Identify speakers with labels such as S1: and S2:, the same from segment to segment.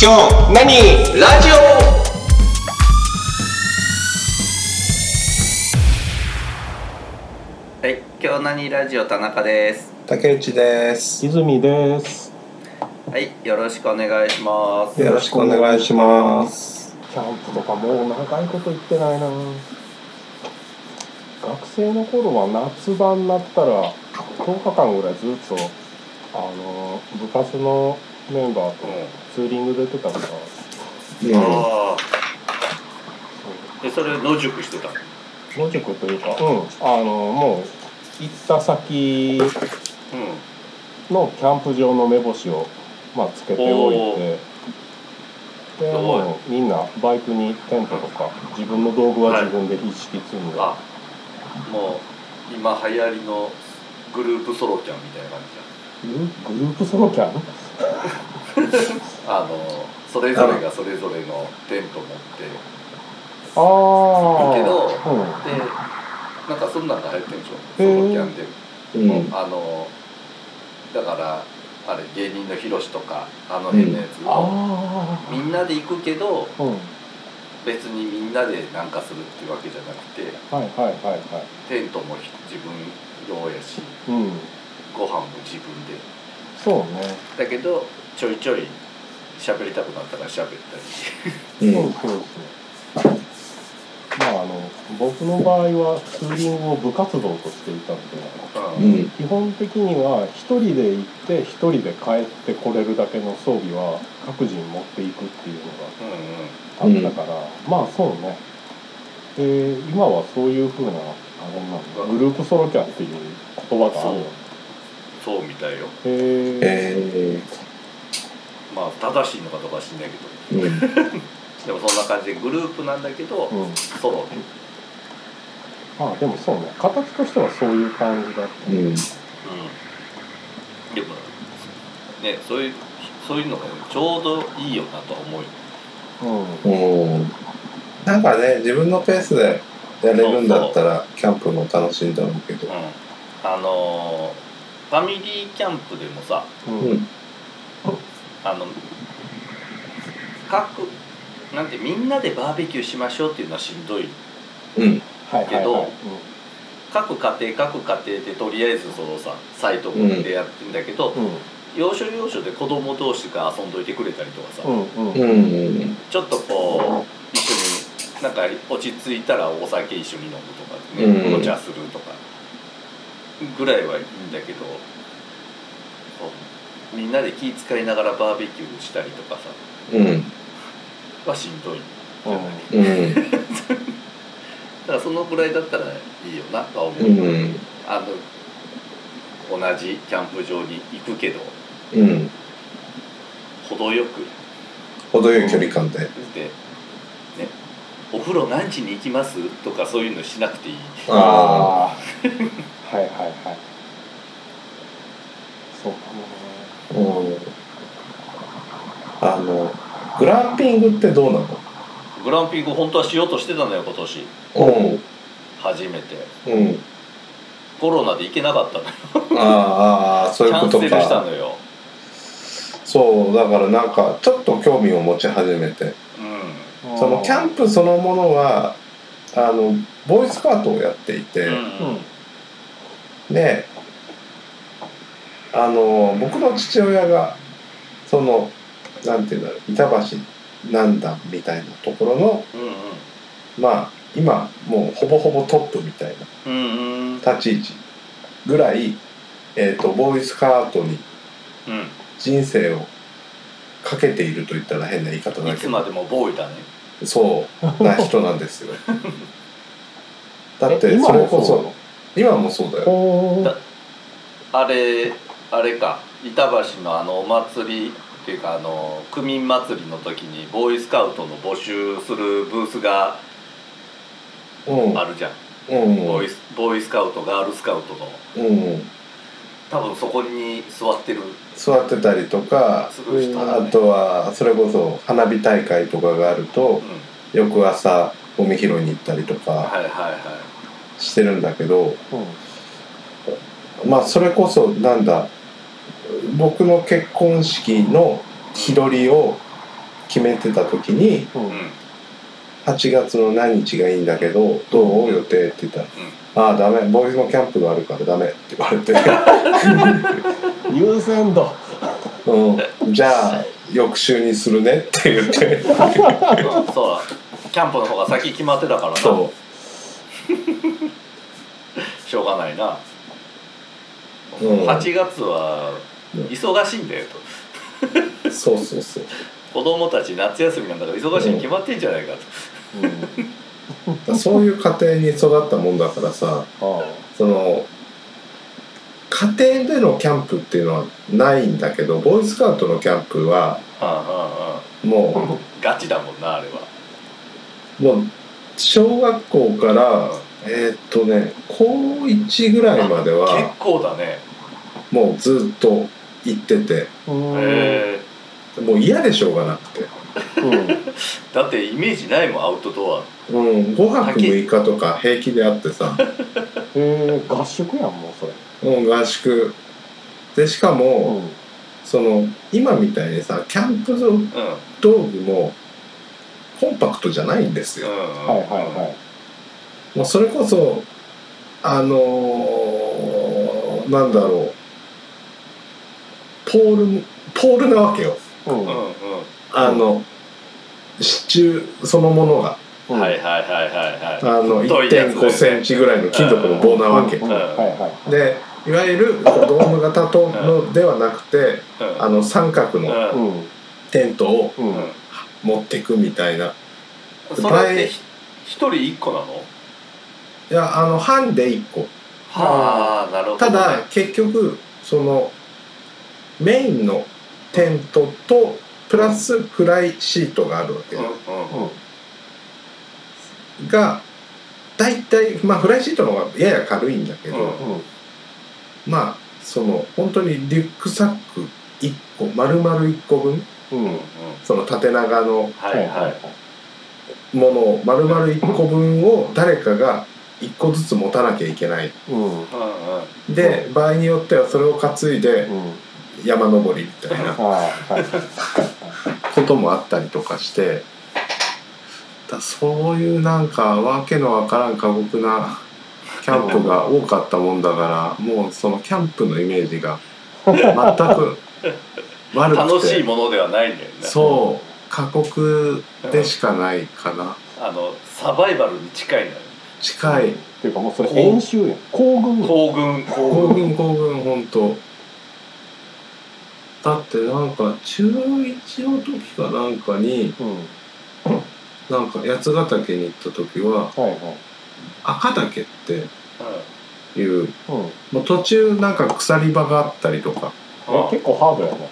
S1: 今日何ラジオ
S2: はい、今日何ラジオ田中です。
S1: 竹内です
S3: 泉です
S2: はい、よろしくお願いします。
S1: よろしくお願いします
S3: キャンプとかもう長いこと行ってないな学生の頃は夏場になったら10日間ぐらいずっとあの部活のメンバーとツーリング出てたからそう
S1: うん
S2: ああ、でそれ野宿してた。
S3: 野宿というか、うん、あのもう行った先
S2: う
S3: のキャンプ場の目星を、まあ、つけておいてで
S2: おい
S3: もうみんなバイクにテントとか自分の道具は自分で一式積んで、
S2: ん。あ、もう今流行りのグループソロキャンみたいな感
S3: グルグループソロキャン
S2: じじゃん。あのそれぞれがそれぞれのテント持って、
S3: ああ
S2: けど
S3: うん、
S2: で、なんかそんなんが流行ってんでしょ。ソ
S3: へ
S2: ロ
S3: ー
S2: キャンで、
S1: うん
S2: あのだからあれ芸人のヒロシとかあの辺のやつを、
S3: あ
S2: みんなで行くけど。
S3: あうんはい
S2: 別にみんなでなんかするっていうわけじゃなくて
S3: はいはいは
S2: テントも自分用やし
S3: いうん
S2: ご飯も自分で
S3: そうね、
S2: だけどちょいちょい喋りたくなったら喋ったり
S1: うん
S3: そうそうそうまああの僕の場合はツーリングを部活動としていたので
S2: う
S1: うんん
S3: 基本的には一人で行って一人で帰ってこれるだけの装備は各人持っていくっていうのがあったから、まあそうねで今はそういうふうなあれなんだグループソロキャンっていう言葉があるよ
S2: そうみたいよ
S3: へえ
S1: え
S2: まあ正しいのかどうかは知んないけど
S1: ーうん
S2: でもそんな感じでグループなんだけど、
S3: うん
S2: ソロで
S3: まあでもそうね形としてはそういう感じだった、
S1: うん
S2: うんでもねそういうそういうのがねちょうどいいよなとは思うよ
S3: うん
S1: うんなんかね自分のペースでやれるんだったらキャンプも楽しいんだろうけど
S2: うん、あのーファミリーキャンプでもさ
S3: うん
S1: うん
S2: あの各なんてみんなでバーベキューしましょうっていうのはしんどい
S1: うん
S3: はいはい
S2: けど
S3: はい
S2: 各家庭各家庭でとりあえずそのさサイトでやってんだけど、
S3: うん
S2: 要所要所で子供同士が遊んどいてくれたりとかさ、
S3: うんうんうん
S1: うん
S2: ちょっとこう一緒になんか落ち着いたらお酒一緒に飲むとかね、
S1: う
S2: お
S1: ん
S2: 茶するとかぐらいはいいんだけどそうみんなで気使いながらバーベキューしたりとかさ
S1: うん
S2: はしんどいじゃない、だ
S1: うん
S2: からそのぐらいだったらいいよなとは思う、
S1: うん
S2: あの同じキャンプ場に行くけど
S1: うん
S2: 程よく
S1: 程よい距離感で
S2: でねお風呂何時に行きますとかそういうのしなくていい
S1: あ
S3: ああはいはいはいそうかもね
S1: あうんあのグランピングってどうなの
S2: グランピング本当はしようとしてたのよ今年
S1: うん
S2: 初めて
S1: うん
S2: コロナで行けなかったの
S1: あーあーそういうこと
S2: キャンセルした
S1: か
S2: のよ
S1: そうだからなんかちょっと興味を持ち始めて
S2: う
S1: そのキャンプそのものはあのボーイスカートをやっていて、
S2: ん、
S3: うん
S1: であの僕の父親がそのなんていうんだろう板橋なんだみたいなところの
S2: うんうん
S1: まあ今もうほぼほぼトップみたいな
S2: うんうん
S1: 立ち位置ぐらい、えー、とボーイスカートに人生をかけていると言ったら変な言い方
S2: うんい
S1: だけ
S2: つ
S1: ど
S2: までもボーイだね
S1: そうな人なんですよだっ
S3: え
S1: て
S3: 今
S1: それ
S3: も
S1: こ
S3: そうな
S1: そ
S3: の
S1: 今もそうだよ
S3: ほ
S2: だあれあれか板橋のあのお祭りっていうかあの区民祭りの時にボーイスカウトの募集するブースが
S1: うん
S2: あるじゃん、
S1: うん
S2: ボーイスボーイスカウトガールスカウトの
S1: うん
S2: 多分そこに座ってる
S1: 座ってたりとか
S2: する人だ、ね、
S1: あとはそれこそ花火大会とかがあると
S2: うん
S1: 翌朝ゴミ拾いに行ったりとか
S2: はいはいはい
S1: してるんだけど
S3: ううん
S1: まあそれこそなんだ僕の結婚式の日取りを決めてた時に
S3: うん
S2: うん
S1: 8月の何日がいいんだけどどう予定って言ったら「ああダメボーイズのキャンプがあるからダメ」って言わ れて
S3: 優先度
S1: 「うん、じゃあ翌週にするね」って言って
S2: うんうんそうだキャンプの方が先決まってたからな
S1: そ
S2: しょうがないな、
S1: うん
S2: 8月は忙しいんだよと
S1: うそうそうそう
S2: 子供たち夏休みなんだから忙しいに決まってんじゃないかと、
S3: うん
S1: だからそういう家庭に育ったもんだからさ
S3: あ
S1: その家庭でのキャンプっていうのはないんだけどボーイスカウトのキャンプは
S2: うんうんうん
S1: も
S2: ガチだもんなあれは
S1: うもう小学校からえーっとね高1ぐらいまでは
S2: 結構だね
S1: もうずっと行ってて
S3: あうん
S2: え
S1: もう嫌でしょうがなくて、
S3: うん
S2: ーだってイメージないもんアウトド
S1: うん、5泊6日とか平気であってさ、
S3: えー合宿やんもうそれ
S1: うん、合宿でしか
S3: う
S1: も
S3: ん
S1: その今みたいにさキャンプ
S2: アうんうん
S1: 道具もコンパクトじゃないんですよ
S2: うん
S3: はいはいはい
S1: もうそれこそあのーなんだろうポールポールなわけよ
S3: うん
S2: うん
S1: あの、支柱そのものが
S2: うんはいいはいはいはい
S1: あ
S2: は
S1: の
S2: 太いやつだよね
S1: 1.5センチぐらいの金属の棒なわけ
S3: はいはい
S1: でいわゆるドーム型とのではなくて
S2: いうん
S1: あの三角の
S2: う
S3: うんん
S1: テントを
S3: うん
S2: うん
S1: 持っていくみたいな
S2: それってひ一人一個なの
S1: いやあの半で1個
S2: はあなるほど
S1: た
S2: ね
S1: だ結局そのメインのテントとプラスフライシートがあるわけ
S2: うんうんうん
S1: が大体まあフライシートの方がやや軽いんだけど、
S2: うん
S1: まあその本当にリュックサック1個丸々1個分
S3: うんう
S2: うんん
S1: その縦長の
S2: はいはい
S1: ものを丸々1個分を誰かが1個ずつ持たなきゃいけない
S3: うん
S2: うんうん
S1: で、場合によってはそれを担いで
S3: うん
S1: 山登りみたいな
S3: はいはい
S1: こともあったりとかしてだそういうなんかわけのわからん過酷なキャンプが多かったもんだからもうそのキャンプのイメージが全く悪くて
S2: 楽しいものではないんだよね
S1: そう過酷でしかないかな
S2: あのサバイバルに近いんだよ
S1: 近い
S3: っていうかもうそれ演習やん行軍やん
S2: 行軍行
S1: 行軍行軍本当だってなんか中1の時かなんかに
S3: うん
S1: なんか八ヶ岳に行った時は
S3: はいはい
S1: 赤岳って
S2: う
S1: いう
S3: うん
S1: もう途中なんか鎖場があったりとか
S2: ん
S3: え結構ハードやね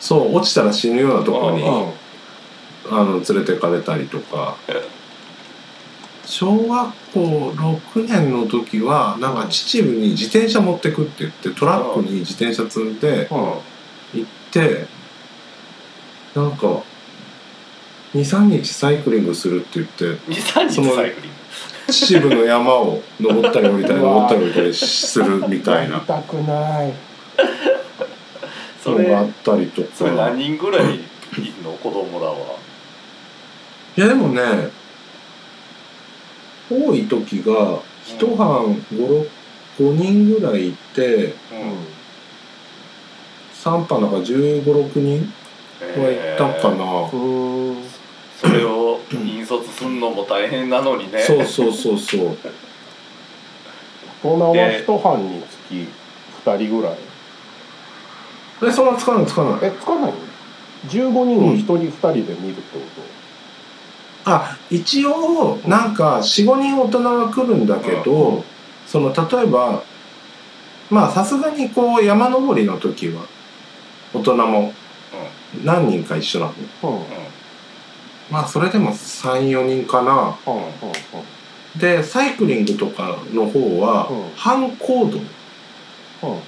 S1: そう落ちたら死ぬようなところに
S2: うん
S1: あの連れてかれたりとか小学校6年の時はなんか秩父に自転車持ってくって言ってトラックに自転車積んで
S3: うん
S1: 行ってなんか23日サイクリングするって言って
S2: 23
S1: そ
S2: 日
S1: の
S2: サイクリング
S1: 秩父の山を登ったり降りたり登ったり降りたりするみたい
S3: や
S1: な
S3: りたくない
S2: そ
S1: のがあ
S2: れ
S1: ったりと
S2: それ
S1: か
S2: 何人ぐらいいんの子供らはい
S1: やでもね多い時が一班56 5人ぐらいいて
S2: う
S3: うん
S1: 3班だから1 5 6人は
S2: え
S1: いた
S2: ー
S1: かな、
S3: うーん
S2: それを引率すんのも大変なのにね
S1: そうそうそうそう
S3: 大人は一班につき二人ぐらい
S1: えそんなつかないつかない
S3: えつかない15人を一人二人で見るってこ
S1: あ一応なんか45人大人が来るんだけど、その例えばまあさすがにこう山登りの時は大人も何人か一緒なの
S3: とうんうんうん
S1: まあそれでも34人かな
S3: うん
S1: でサイクリングとかの方は
S3: うん
S1: 半行動だか
S3: うん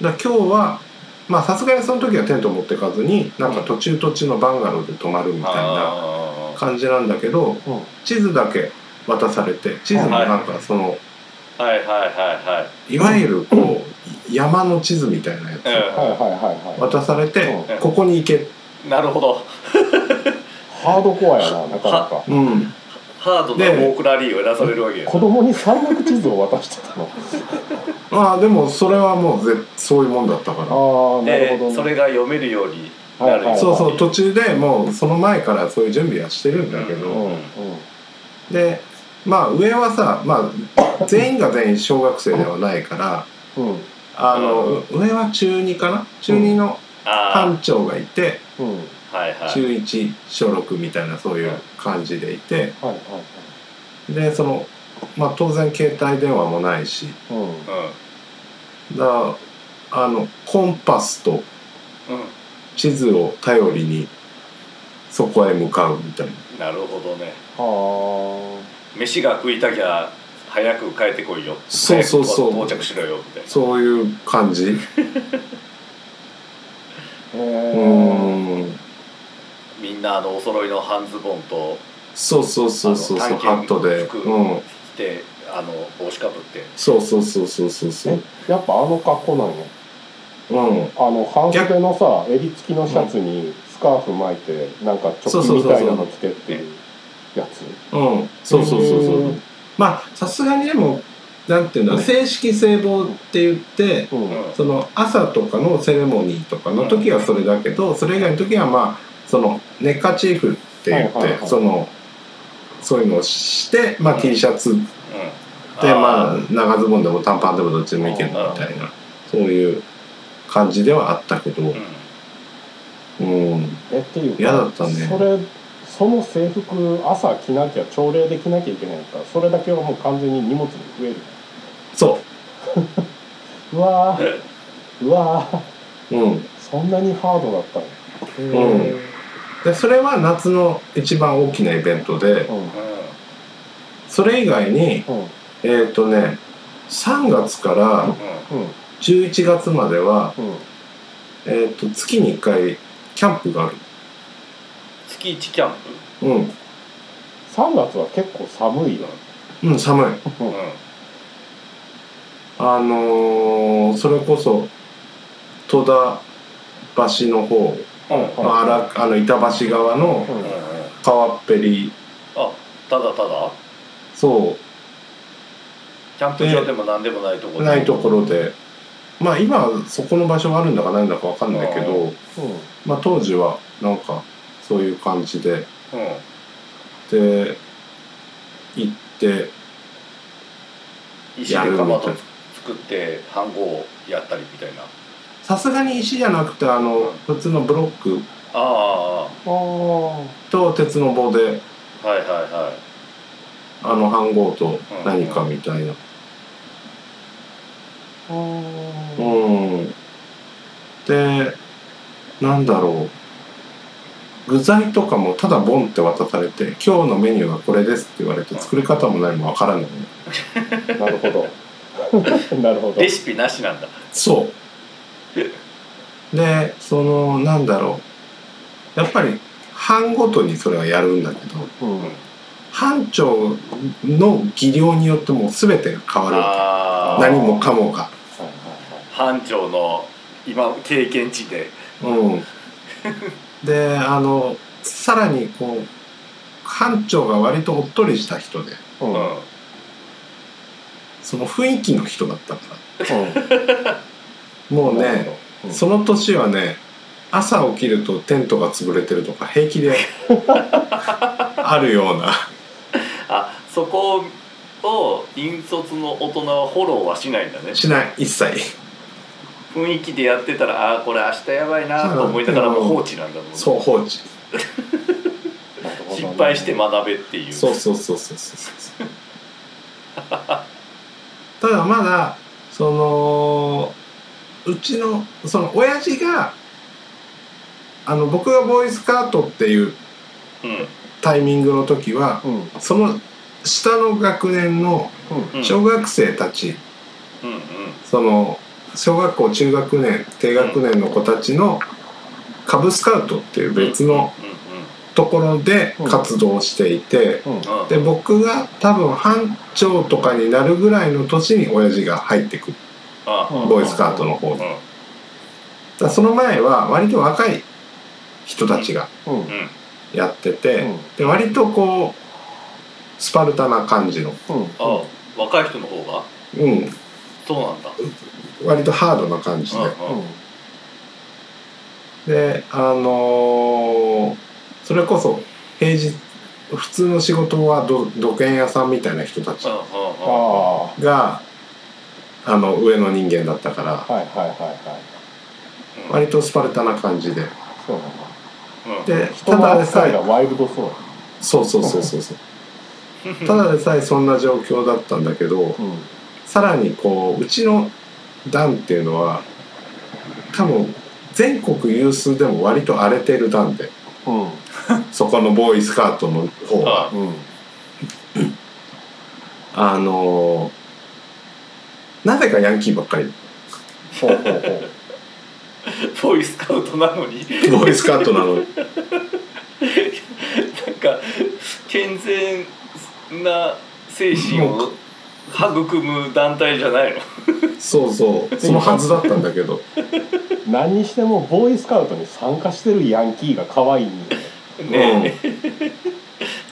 S1: ら今日はまあさすがにその時はテント持ってかずになんか途中途中のバンガローで泊まるみたいな
S2: あ
S1: 感じなんだけど
S3: うん
S1: 地図だけ渡されて地図もなんかその、
S2: ーはいはいはい
S1: いわゆるこう山の地図みたいなや
S2: はい
S1: つ
S3: はいはいはいはい
S1: 渡されて
S2: うん
S1: ここに行け
S2: うんなるほど
S3: ハードコアやななかなか
S1: うん
S2: ハードな
S1: で
S2: フォークラリーをやらされるわけや
S3: 子供に山岳地図を渡してたの
S1: まあでもそれはもうぜそういうもんだったから
S3: ああなる
S2: で
S3: ほど、ね、
S2: それが読めるようになるよ
S3: はい
S1: そうそう途中でもうその前からそういう準備はしてるんだけど、
S3: うんうん
S1: でまあ上はさ、まあ、全員が全員小学生ではないから
S3: うん
S1: あの上は中2かな中2の班
S2: あ
S1: 長がいて
S3: うん
S2: あはいはい
S1: 中1小6みたいなそういう感じでいて
S3: はいはい
S1: でその、まあ、当然携帯電話もないし
S3: はいうん
S1: だからあのコンパスと
S2: うん、う、
S1: 地図を頼りにそこへ向かうみたいな
S2: な
S1: ん
S2: るほどね
S3: あ
S2: 飯が食いたきゃ早く帰ってこいよ
S1: そうそうそう
S2: 早く到着しろよみたいな
S1: そういう感じ
S3: あへ
S1: う
S3: え
S1: ん
S2: みんなあのお揃いの半ズボンと
S1: そうそうそうそう
S2: あ
S1: そう
S2: の
S1: ハットで
S2: 探検服
S1: うん
S2: 着てあの帽子かぶって
S1: そうそうそうそうそうそう
S3: えやっぱあの格好なんや
S1: うん
S3: あの半袖のさ襟付きのシャツにスカーフ巻いてなんかチョキみたいなの着てっていうやつ
S1: うん、そうそうそうそ
S3: へ
S1: う
S3: ー
S1: まあさすがにでもなんていうんだろう正式聖望って言って
S3: うん
S2: うん
S1: その朝とかのセレモニーとかの時はそれだけどそれ以外の時はまあそのネッカチーフって言って、
S3: はいはいはい
S1: そのそういうのをして、まあ、
S2: うん
S1: T シャツで
S2: うん
S1: ま
S2: あ
S1: あ長ズボンでも短パンでもどっちでもいけるみたいなそういう感じではあったけど
S2: ー、
S1: うん、
S3: えっていうか
S1: 嫌だったね
S3: それその制服朝着なきゃ朝礼で着なきゃいけないからそれだけはもう完全に荷物に増える
S1: そう
S3: わーうわー
S1: う、うん、
S3: そんなにハードだったの
S1: んでそれは夏の一番大きなイベントで
S3: うん
S2: うんうん
S1: それ以外に
S3: うん
S1: えっ、とね3月から
S3: うん
S1: 11月までは、
S3: うん
S1: えー、と月に1回キャンプがある、
S2: 月一キャン
S1: うん
S3: 3月は結構寒いよ
S1: うん、寒い
S2: プ、
S3: う
S2: うんん、
S1: あのーそれこそ戸田橋の方、
S2: うん
S1: まあ荒あの板橋側の
S3: うん
S1: 川っぺり
S2: あただただ
S1: そ
S2: キャンプ場でも何でもないとこ
S1: う
S2: で
S1: ないところでまあ今そこの場所があるんだかないんだかわかんないけど、
S3: うん
S1: まあ、当時はなんかそういう感じで
S2: うん
S1: で行って
S2: 石でかまど作って飯盒をやったりみたいな
S1: さすがに石じゃなくてあの普通のブロック
S2: ああは
S3: ああ
S1: と鉄の棒で
S2: いはいは
S1: あの飯盒と何かみたいな
S3: あー
S1: うんでなんだろう具材とかもただボンって渡されて「今日のメニューはこれです」って言われて作り方も何もわからない
S3: なるほ どなるほ
S2: い
S3: ど
S2: レシピなしなんだ
S1: そうでそのなんだろうやっぱり班ごとにそれはやるんだけど
S3: うん
S1: 班長の技量によってもう全てが変わるわ
S2: あ
S1: け
S2: あ
S1: 何もかもが
S3: はいはい
S2: 班長の今経験値で
S1: うんであのさらにこう班長が割とおっとりした人で
S3: はいうん
S1: その雰囲気の人だったか
S3: う
S1: らもうん
S3: なる
S1: ね
S3: ほど
S1: その年はね朝起きるとテントが潰れてるとか平気であるような
S2: あそこを引率の大人はフォローはしないんだね
S1: しない一切
S2: 雰囲気でやってたらああーこれ明日やばいなと思いながらも放置なんだもんね
S1: そう放置
S3: なるほどね
S2: 失敗して学べっていう
S1: そうそうそうそうそうそうただまだそのうちのその親父があの僕がボーイスカートっていう
S2: うん
S1: タイミングの時は
S3: うんうん
S1: その下の学年の
S2: うん
S1: 小学生たち、
S2: うんうん
S1: その小学校中学年低学年の子たちのカブスカウトっていう別の
S2: うんうん
S1: ところで
S3: うん
S1: 活動していて。
S3: うん
S2: うんうん
S1: で僕が多分班長とかになるぐらいの年に親父が入ってくる
S2: あ
S3: うん
S1: ボーイスカートの方に
S2: う
S1: だか
S2: ん
S1: らその前は割と若い人たちが
S3: うん
S2: うん
S1: やってて、
S3: うん
S1: で割とこうスパルタな感じの、
S3: うん
S2: あ若い人の方が
S1: うん、
S2: そうなんだ
S1: 割とハードな感じで、
S2: うんうん
S1: であのーそれこそ平日普通の仕事はど土建屋さんみたいな人たち
S3: あ
S2: うんうん
S3: あは
S1: があの上の人間だったから
S3: いはいはいはい
S2: うん
S1: 割とスパルタな感じで
S3: そうなんだ
S2: うん
S1: で
S3: 人
S1: ただ
S3: の
S1: でさ
S3: 扱い
S1: え
S3: がワイルドそう
S1: そうそうそうそうそうただでさえそんな状況だったんだけど
S3: うん
S1: さらにこううちの団っていうのは多分全国有数でも割と荒れてる団で
S3: うん
S1: そこのボーイスカートの方は。
S2: あ
S3: うん
S1: あのーなぜかヤンキーばっ かり
S3: ほうほうほう
S2: ボーイスカウトなのに
S1: ボーイスカートなのに
S2: なんか健全な精神を育む団体じゃないの
S1: そうそうそのはずだったんだけど
S3: 何にしてもボーイスカウトに参加してるヤンキーが可愛いんで、
S2: ねえ、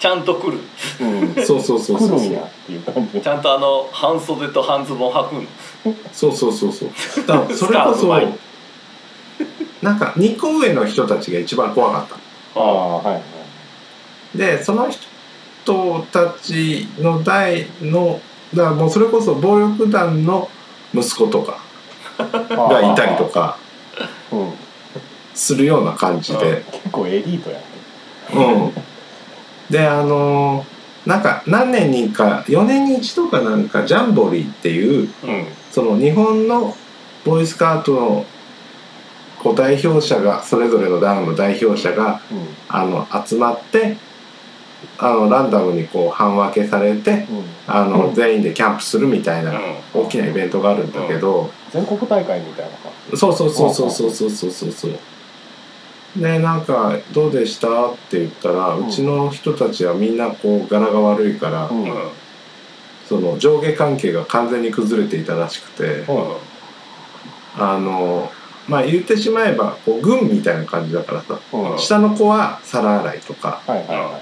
S2: ちゃんと来る
S3: うん、
S1: そうそうそう
S3: 来
S1: そう
S3: るんやっていう感じ
S2: ちゃんとあの半袖と半ズボン履くの
S1: そうそうそうそうだ からそれこ
S2: スカート
S1: そ
S2: 前に
S1: なんか2個上の人たちが一番怖かっ
S3: ああはいはい
S1: たでその人たちの代のだからもうそれこそ暴力団の息子とかがいたりと、か
S3: うん、
S1: するような感じで
S3: 結構エリートやね
S1: うん、であのーなんか何年にか4年に一度かなんかジャンボリーっていう
S2: うん
S1: その日本のボーイスカートのこう代表者がそれぞれの団の代表者が
S3: うん
S1: あの集まってあのランダムにこう半分けされて
S3: うん、
S1: あ
S3: う
S1: の
S3: ん
S1: 全員でキャンプするみたいな大きなイベントがあるんだけど、
S3: 全国大会みたいな感じ
S1: そうそうそうそうそうそうそうそうそうでなんか「どうでした?」って言ったら、
S3: う
S1: うんちの人たちはみんなこう柄が悪いから、
S3: うん
S2: うん
S3: うん
S1: その上下関係が完全に崩れていたらしくて
S2: うん
S1: あのまあ言ってしまえばこう軍みたいな感じだからさ
S3: うんはい
S1: 下の子は皿洗いとか
S3: はいは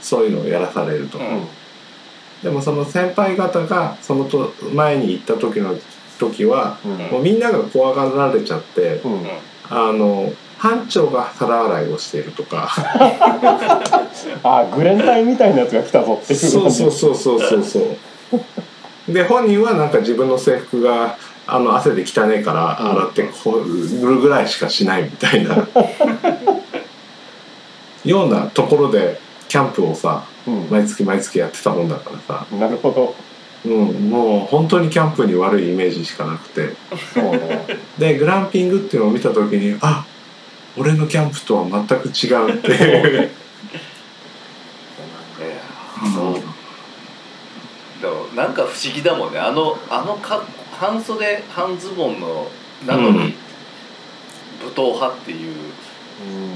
S1: そういうのをやらされると、
S2: う
S3: い
S2: ん
S1: でもその先輩方がそのと前に行った時の時は
S3: うんうん
S1: もうみんなが怖がられちゃって、
S3: うん
S1: あの班長が皿洗いをしているとか
S3: あグレン隊みたいなやつが来たぞっていう
S1: そ
S3: 感
S1: う
S3: じ
S1: そうそうそうそうそうで本人はなんか自分の制服があの汗で汚ねえから洗ってこるぐらいしかしないみたいなようなところでキャンプをさ毎月毎月やってたもんだからさ、
S3: うん、なるほど
S1: うん、もう本当にキャンプに悪いイメージしかなくて
S3: そうね
S1: でグランピングっていうのを見た時にあ俺のキャンプとは全く違うっていう。
S2: いやそうでもなんか不思議だもんねあのあのか半袖半ズボンのなの
S1: う
S2: に
S1: ん
S2: 武闘派っていう、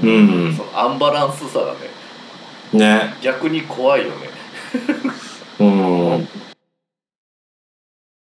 S3: う
S1: うんん
S2: そのアンバランスさがね
S1: ね
S2: 逆に怖いよね
S1: うん